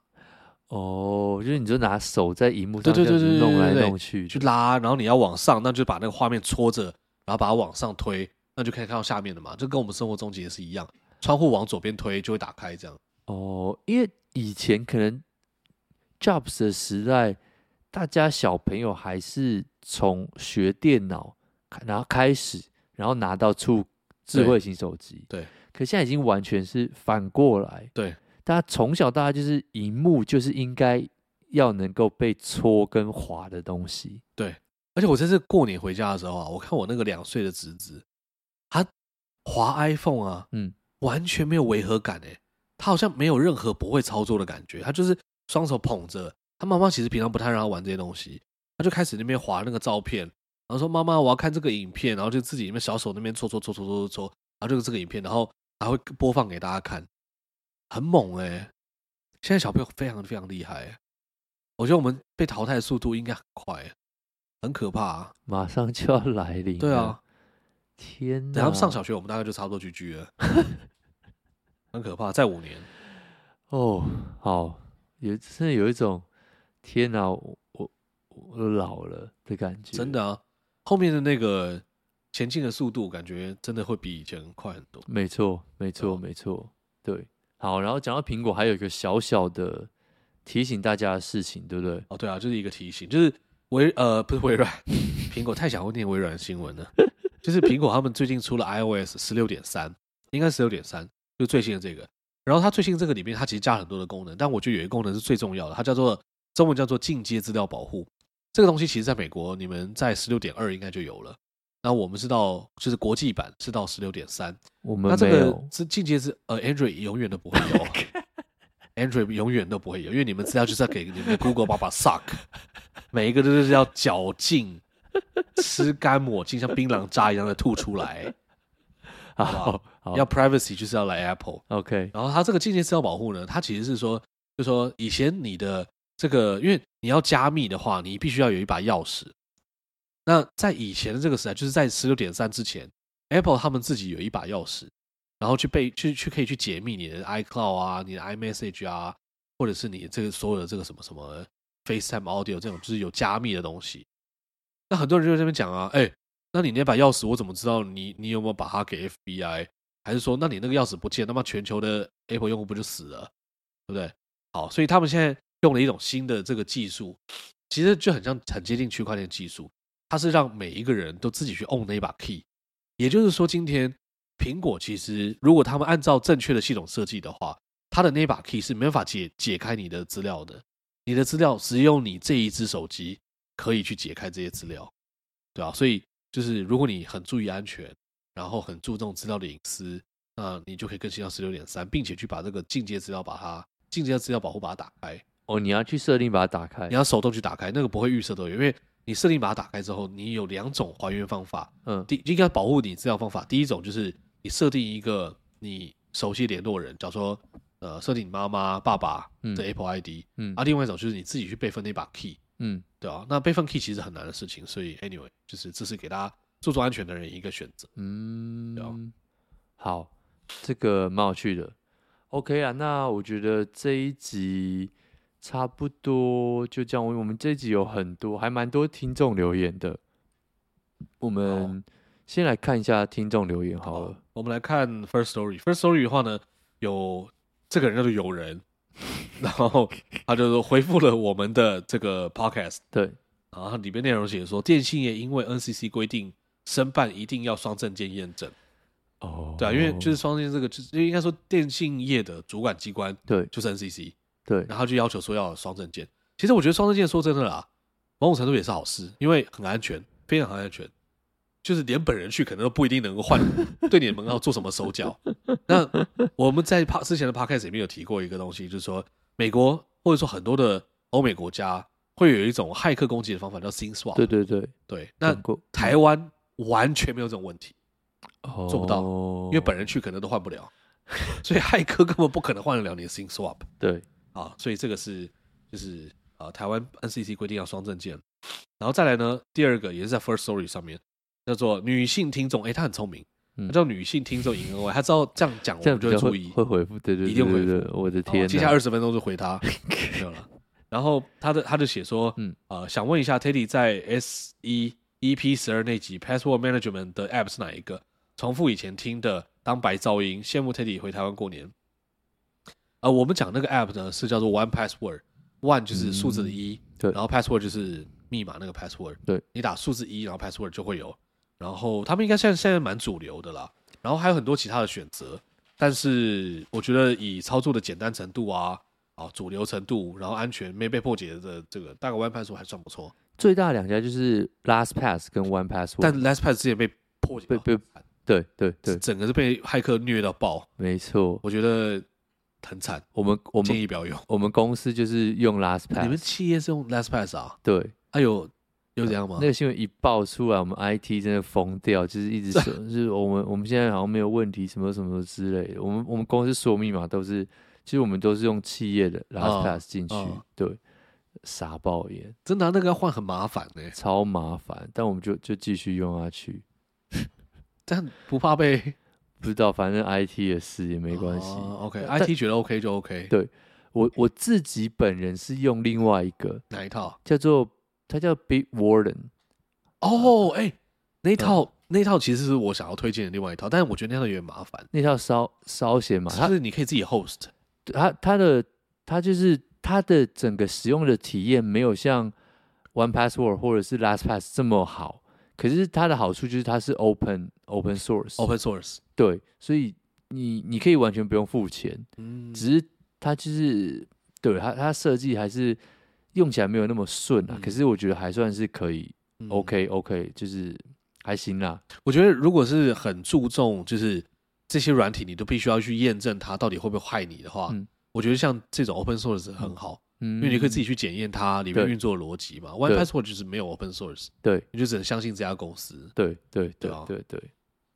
哦，就是你就拿手在荧幕上对对对这样子对对弄来对对弄去的，去拉，然后你要往上，那就把那个画面戳着，然后把它往上推，那就可以看到下面的嘛，就跟我们生活中其实是一样，窗户往左边推就会打开这样。哦，因为以前可能 Jobs 的时代，大家小朋友还是从学电脑，开然后开始，然后拿到触智对慧型手机。对可现在已经完全是反过来。对，大家从小到大就是荧幕就是应该要能够被戳跟划的东西。而且我这次过年回家的时候啊，我看我那个两岁的侄子，他滑 iPhone 啊，嗯，完全没有违和感诶、他好像没有任何不会操作的感觉，他就是双手捧着。他妈妈其实平常不太让他玩这些东西，他就开始那边滑那个照片，然后说妈妈我要看这个影片，然后就自己那边小手那边搓搓搓搓搓搓搓，然后就是这个影片，然后还会播放给大家看，很猛诶、现在小朋友非常非常厉害欸、我觉得我们被淘汰的速度应该很快欸、很可怕、啊。马上就要来临，对啊，，天哪！等他们上小学，我们大概就差不多去居 <laughs> 了，很可怕。再五年，哦，好，有真的有一种天哪，我我我老了的感觉，真的啊，后面的那个前进的速度，感觉真的会比以前快很多。没错，没错，哦没错，对。好，然后讲到苹果，还有一个小小的提醒大家的事情，对不对？哦，对啊，就是一个提醒，就是微呃不是微软，苹果太想要念微软的新闻了。 <laughs> 就是苹果他们最近出了 iOS 十六点三，应该十六点三，就最新的这个。然后它最新这个里面，它其实加了很多的功能，但我觉得有一个功能是最重要的，它叫做中文叫做进阶资料保护。这个东西其实在美国，你们在十六点二应该就有了。那我们是到就是国际版是到十六点三，我那们这没有个是进阶是呃，Android 永远都不会有啊，Android 永远都不会有，因为你们资料就是要给你们的 Google 爸爸 suck，每一个都是要绞尽、吃干抹净，像槟榔渣一样的吐出来。 <laughs> 好好要 privacy 就是要来 Apple， OK，然后它这个进阶资料保护呢，它其实是说，就说以前你的这个，因为你要加密的话，你必须要有一把钥匙。那在以前的这个时代，就是在十六点三之前，Apple 他们自己有一把钥匙，然后去被去去可以去解密你的 iCloud 啊、你的 iMessage 啊，或者是你这个所有的这个什么什么 FaceTime Audio 这种，就是有加密的东西。那很多人就在那边讲啊，哎、那你那把钥匙我怎么知道你你有没有把它给 FBI？还是说，那你那个钥匙不见，那么全球的 Apple 用户不就死了，对不对？好，所以他们现在用了一种新的这个技术，其实就很像很接近区块链技术，它是让每一个人都自己去 own 那一把 key。也就是说，今天苹果其实如果他们按照正确的系统设计的话，它的那把 key 是没办法解解开你的资料的，你的资料只有你这一只手机可以去解开这些资料，对吧、所以就是如果你很注意安全。然后很注重资料的隐私，那你就可以更新到十六点三，并且去把这个进阶资料把它进阶资料保护把它打开，哦，你要去设定把它打开你，要手动去打开，那个不会预设都有，因为你设定把它打开之后，你有两种还原方法，嗯，第应该保护你资料方法，第一种就是你设定一个你熟悉的联络人，假如说呃设定你妈妈、爸爸嗯的 Apple ID，、嗯啊，另外一种就是你自己去备份那把 key，嗯，对啊，那被放弃其实很难的事情，所以 anyway，就是这是给大家注重安全的人一个选择。对啊嗯，好，这个蛮有趣的。OK 啊，那我觉得这一集差不多就这样。我们这一集有很多，还蛮多听众留言的。我们先来看一下听众留言好了。我们来看 first story，first story 的话呢，有这个人叫做有人， <laughs> 然后他就回复了我们的这个 podcast，对，然后里面内容写说，电信业因为 NCC 规定申办一定要双证件验证，哦，对啊，因为就是双证这个，就是应该说电信业的主管机关对就是 NCC，对，然后就要求说要有双证件。其实我觉得双证件说真的啦，某种程度也是好事，因为很安全，非常安全。就是连本人去可能都不一定能够换，对你的门号做什么手脚。那我们在 p 之前的 podcast 里面有提过一个东西，就是说美国或者说很多的欧美国家会有一种骇客攻击的方法叫 SIM swap。对对对，对那看过台湾完全没有这种问题，做做不到哦因为本人去可能都换不了，所以骇客根本不可能换得了你的 SIM swap。对啊，所以这个是就是啊，台湾 NCC 规定要双证件，然后再来呢，第二个也是在 First Story 上面，叫做女性听众，诶，她很聪明，嗯她叫女性听众赢恩威，她知道这样讲我这样们比就会较注会意，会回复，对对对一定对回对，我的好天，哦接下来二，十分钟就 <laughs> 回她，没有了。然后她的她就写说，嗯嗯呃，想问一下 Teddy 在 S 一 EP 十二那集 Password Management 的 App 是哪一个？重复以前听的当白噪音，羡慕 Teddy 回台湾过年。呃，我们讲那个 App 呢是叫做 One Password，One 就是数字的一、嗯对然后 Password 就是密码那个 Password，对，你打数字一，然后 Password 就会有。然后他们应该现在现在蛮主流的啦，然后还有很多其他的选择，但是我觉得以操作的简单程度啊，啊主流程度，然后安全没被破解的这个，大概 One Password 还算不错，最大两家就是 LastPass 跟 OnePass，但哦 LastPass 之前被破解被到被很惨对对对，整个是被骇客虐到爆，没错，我觉得很惨，我们我建们议不要用。我们公司就是用你们 LastPass，企业是用 LastPass 啊？对，哎呦，有这样吗那？个新闻一爆出来，我们 IT 真的疯掉，就是一直说，就是我们我们现在好像没有问题，什么什么之类的。我们我们公司所有密码都是，其实我们都是用企业的 LastPass 进去，嗯对，傻爆眼，真的啊、那个要换很麻烦呢、超麻烦，但我们就就继续用下去。这样不怕被不知道，反正 IT 的事也没关系。哦但 OK，IT 觉得 OK 就 OK。对我我自己本人是用另外一个哪一套？叫做它叫 Big Warden，哦，哎、那一套、嗯那一套其实是我想要推荐的另外一套，但是我觉得那套有点麻烦，那套烧烧写码，它就是你可以自己 host 它它的它就是它的整个使用的体验没有像 One Password 或者是 LastPass 这么好，可是它的好处就是它是 open open source， open source。对，所以你你可以完全不用付钱，嗯，只是它就是对它它设计还是用起来没有那么顺啊，嗯可是我觉得还算是可以、嗯 OK OK，就是还行啦，我觉得如果是很注重就是这些软体，你都必须要去验证它到底会不会害你的话，嗯我觉得像这种 open source 很好，嗯，因为你可以自己去检验它里面对运作的逻辑嘛。One 对 Password 就是没有 open source，对你就只能相信这家公司。对对对啊对对，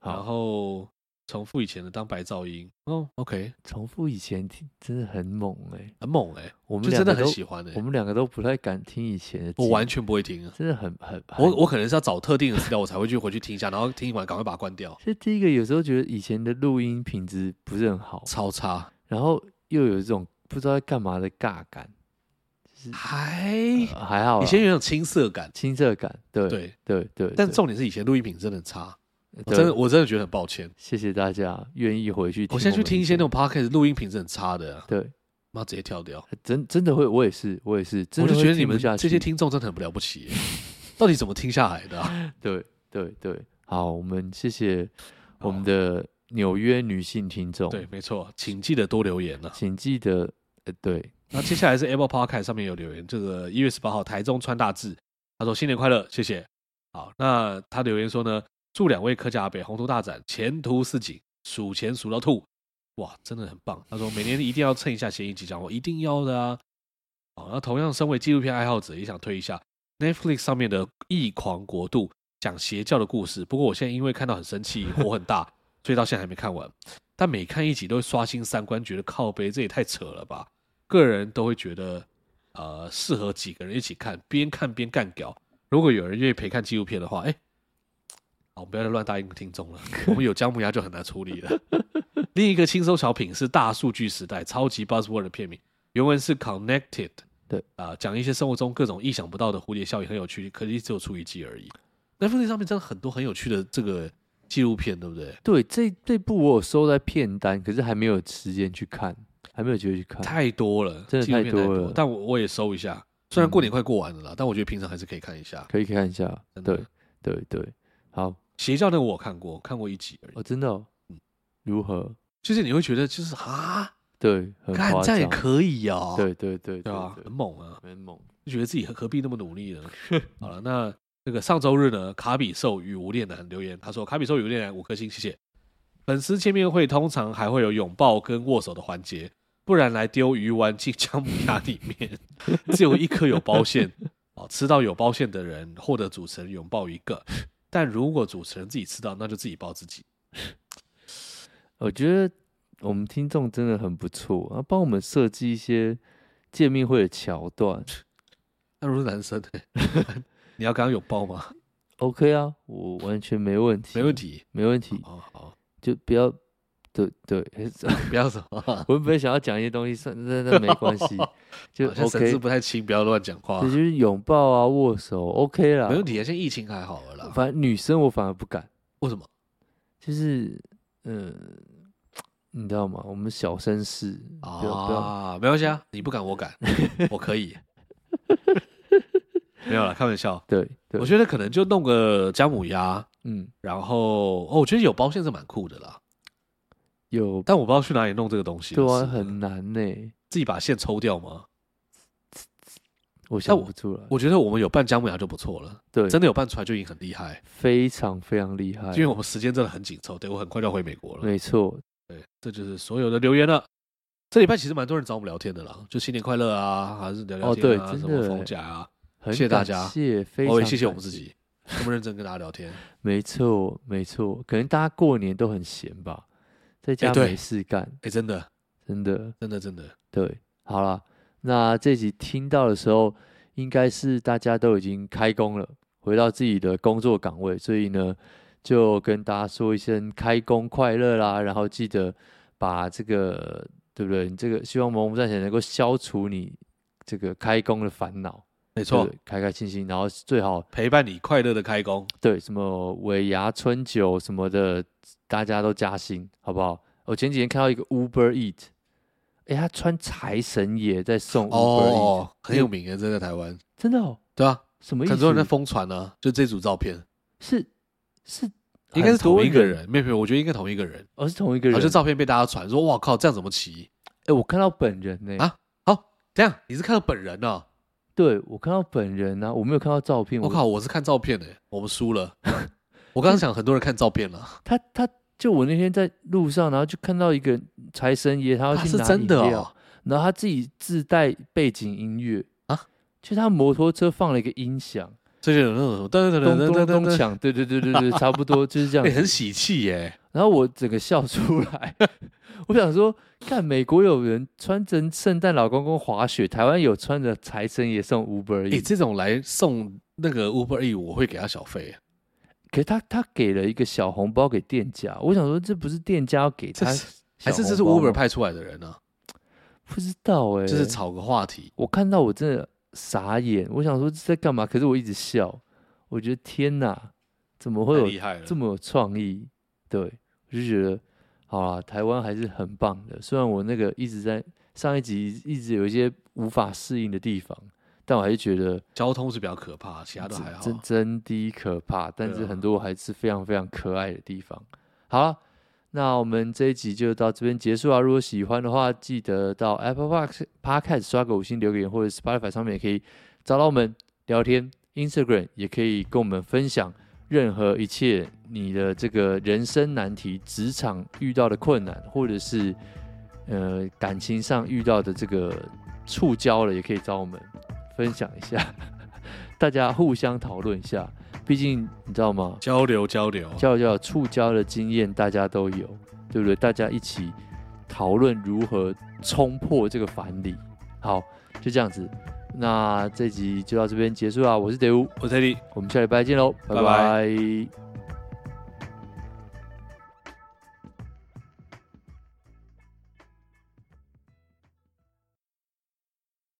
然好，后重复以前的当白噪音，哦，OK，重复以前听真的很猛哎、很猛哎、我们就两真个的很都喜欢哎、我们两个都不太敢听以前的节目，我完全不会听啊。真的很很很我我可能是要找特定的资料，我才会去回去听一下，然后听完赶快把它关掉。是第一个有时候觉得以前的录音品质不是很好，<laughs> 超差，然后又有这种不知道在干嘛的尬感，还呃还好啦以前有一种青涩感，青涩感，对对。对对，但对重点是以前录音品真的很差，我对真的我真的觉得很抱歉。谢谢大家愿意回去，我现在去听一些那种 podcast 录音品质很差的啊，对，呃妈直接跳掉。真真的会，我也是我也是，哎真我的就会觉得你听不们下这些去听众真的很不了不起耶，到底怎么听下来的啊？对对对，好，我们谢谢我们的纽约女性听众，对，，没错，请记得多留言啊。请记得呃对，那接下来是 Apple Podcast 上面有留言，这个一月十八号台中川大志，他说新年快乐，谢谢。好，那他留言说呢，祝两位客家阿北宏图大展，前途似锦，数钱数到吐，哇，真的很棒。他说每年一定要蹭一下咸鱼吉祥，我一定要的啊。好，那同样身为纪录片爱好者，也想推一下 Netflix 上面的《异狂国度》，讲邪教的故事。不过我现在因为看到很生气，火很大，所以到现在还没看完。但每看一集都会刷新三观，觉得靠背这也太扯了吧。个人都会觉得呃适合几个人一起看，边看边干屌。如果有人愿意陪看纪录片的话，哎，好，我们不要再乱答应听众了，我们有姜母鸭就很难处理了。另一个轻松小品是《大数据时代》，超级 buzzword 的片名，原文是 Connected。对啊、讲一些生活中各种意想不到的蝴蝶效应，很有趣，可惜只有出一季而已。Netflix 上面真的很多很有趣的这个纪录片，对不对？对，这这部我有收在片单，可是还没有时间去看，还没有机会去看。太多了，嗯真的纪录太片多多了但我我也搜一下，虽然嗯过年快过完了啦，但我觉得平常还是可以看一下。可以看一下。真的对对对，好邪教那个我有看过，看过一集而已。哦，真的、哦，嗯如何？就是你会觉得就是啊，对，很干夸这样也张。可以哦，对对对对啊，对很，猛啊，很猛。就觉得自己何何必那么努力 <laughs> 呢？好了，那那个上周日呢，卡比兽与无恋男留言，他说卡比兽与无恋男五颗星，谢谢。粉丝见面会通常还会有拥抱跟握手的环节，不然来丢鱼丸进姜母鸭里面， <laughs> 只有一颗有包馅。哦，吃到有包馅的人获得主持人拥抱一个，但如果主持人自己吃到，那就自己抱自己。我觉得我们听众真的很不错，啊，帮我们设计一些见面会的桥段。那如果是男生呢， <laughs> 你要刚刚拥抱吗？ OK 啊，我完全没问题，没问，题。没问题，哦，好，就不要。对对， <laughs> 不要什么，我本来想要讲一些东西，算那那没关系，就好像神 OK，志不太清，不要乱讲话对，。就是拥抱啊、握手，OK 啦没。问题啊，现在疫情还好了啦。反正女生我反而不敢，为什么？就是嗯、呃你知道吗？我们小绅士，嗯不要不要，啊，没关系啊，你不敢 <laughs> 我敢，我可以。没有啦，开玩笑。对对我，觉得可能就弄个姜母鸭，嗯，然后哦，我觉得有包馅是蛮酷的啦，有但我不知道去哪里弄这个东西。对啊，是嗯很难呢、自己把馅抽掉吗？我想我不出来，我觉得我们有办姜母鸭就不错了，对，哎真的有办出来就已经很厉害，非常非常厉害因，为我们时间真的很紧凑，对我很快就要回美国了。没错，对，这就是所有的留言了。这礼拜其实蛮多人找我们聊天的啦，就新年快乐啊，还是聊聊哦天对啊，真什么的逢欸甲啊，很谢谢大感家谢非常哦我也谢谢我们感自谢，己，这么认真跟大家聊天。没错没错，可能大家过年都很闲吧，在家对没事干，哎，真的，真的真的，真的，对，好了，那这集听到的时候，应该是大家都已经开工了，回到自己的工作岗位，所以呢，就跟大家说一声开工快乐啦，然后记得把这个，对不对？你这个希望《萌萌赚钱》能够消除你这个开工的烦恼，没没错，开开心心，然后最好陪伴你快乐的开工。对什么尾牙春酒什么的，大家都加薪，好不好？我前几天看到一个 Uber Eat。哎，他穿财神爷在送 Uber Eat，、哦，很有名啊，这在台湾，真的哦？对啊，什么意思？很多人在疯传啊，就这组照片，是是应该是很多同一个人人，没有没有，我觉得应该同一个人。哦，是同一个然人。后就照片被大家传说，哇靠，这样怎么骑？哎，我看到本人呢、啊这样你是看到本人呢？对我看到本人啊，我没有看到照片。我靠，，我是看照片的，我们输 <laughs> 了。我刚刚想很多人看照片了。 <laughs> 他他就我那天在路上，然后就看到一个财神爷，他要啊去是拿真饮的料哦，然后他自己自带背景音乐啊，就他摩托车放了一个音响，这就有那种噔噔咚噔咚噔咚噔噔，锵，对对对对对，差不多就是这样 <laughs> 哎，子。很喜气耶！然后我整个笑出来，我想说，看美国有人穿着圣诞老公公滑雪，台湾有穿着财神爷送 Uber 哎， Eats，这种来送那个 Uber E，我会给他小费，可是他他给了一个小红包给店家，我想说这不是店家要给这他是还是这是小红包 Uber 吗派出来的人呢？不知道哎、就是炒个话题，我看到我真的傻眼，我想说这在干嘛？可是我一直笑，我觉得天哪，怎么太会有厉害了这。么有创意，对我就觉得，好啦，台湾还是很棒的。虽然我那个一直在上一集一直有一些无法适应的地方，但我还是觉得交通是比较可怕，其他都还好。真真的可怕。但是啊很多还是非常非常可爱的地方。好了，那我们这一集就到这边结束啊。如果喜欢的话，记得到 Apple Park Podcast 刷个五星留个言，或者 Spotify 上面也可以找到我们聊天。Instagram 也可以跟我们分享任何一切你的这个人生难题、职场遇到的困难，或者是呃感情上遇到的这个触礁了，也可以找我们分享一下， <laughs> 大家互相讨论一下。毕竟你知道吗？交流交流，叫叫触礁的经验大家都有，对不对？大家一起讨论如何冲破这个樊篱。好，就这样子，那这集就到这边结束啦，我是德乌，我是 Teddy。我们下礼拜见喽，拜拜拜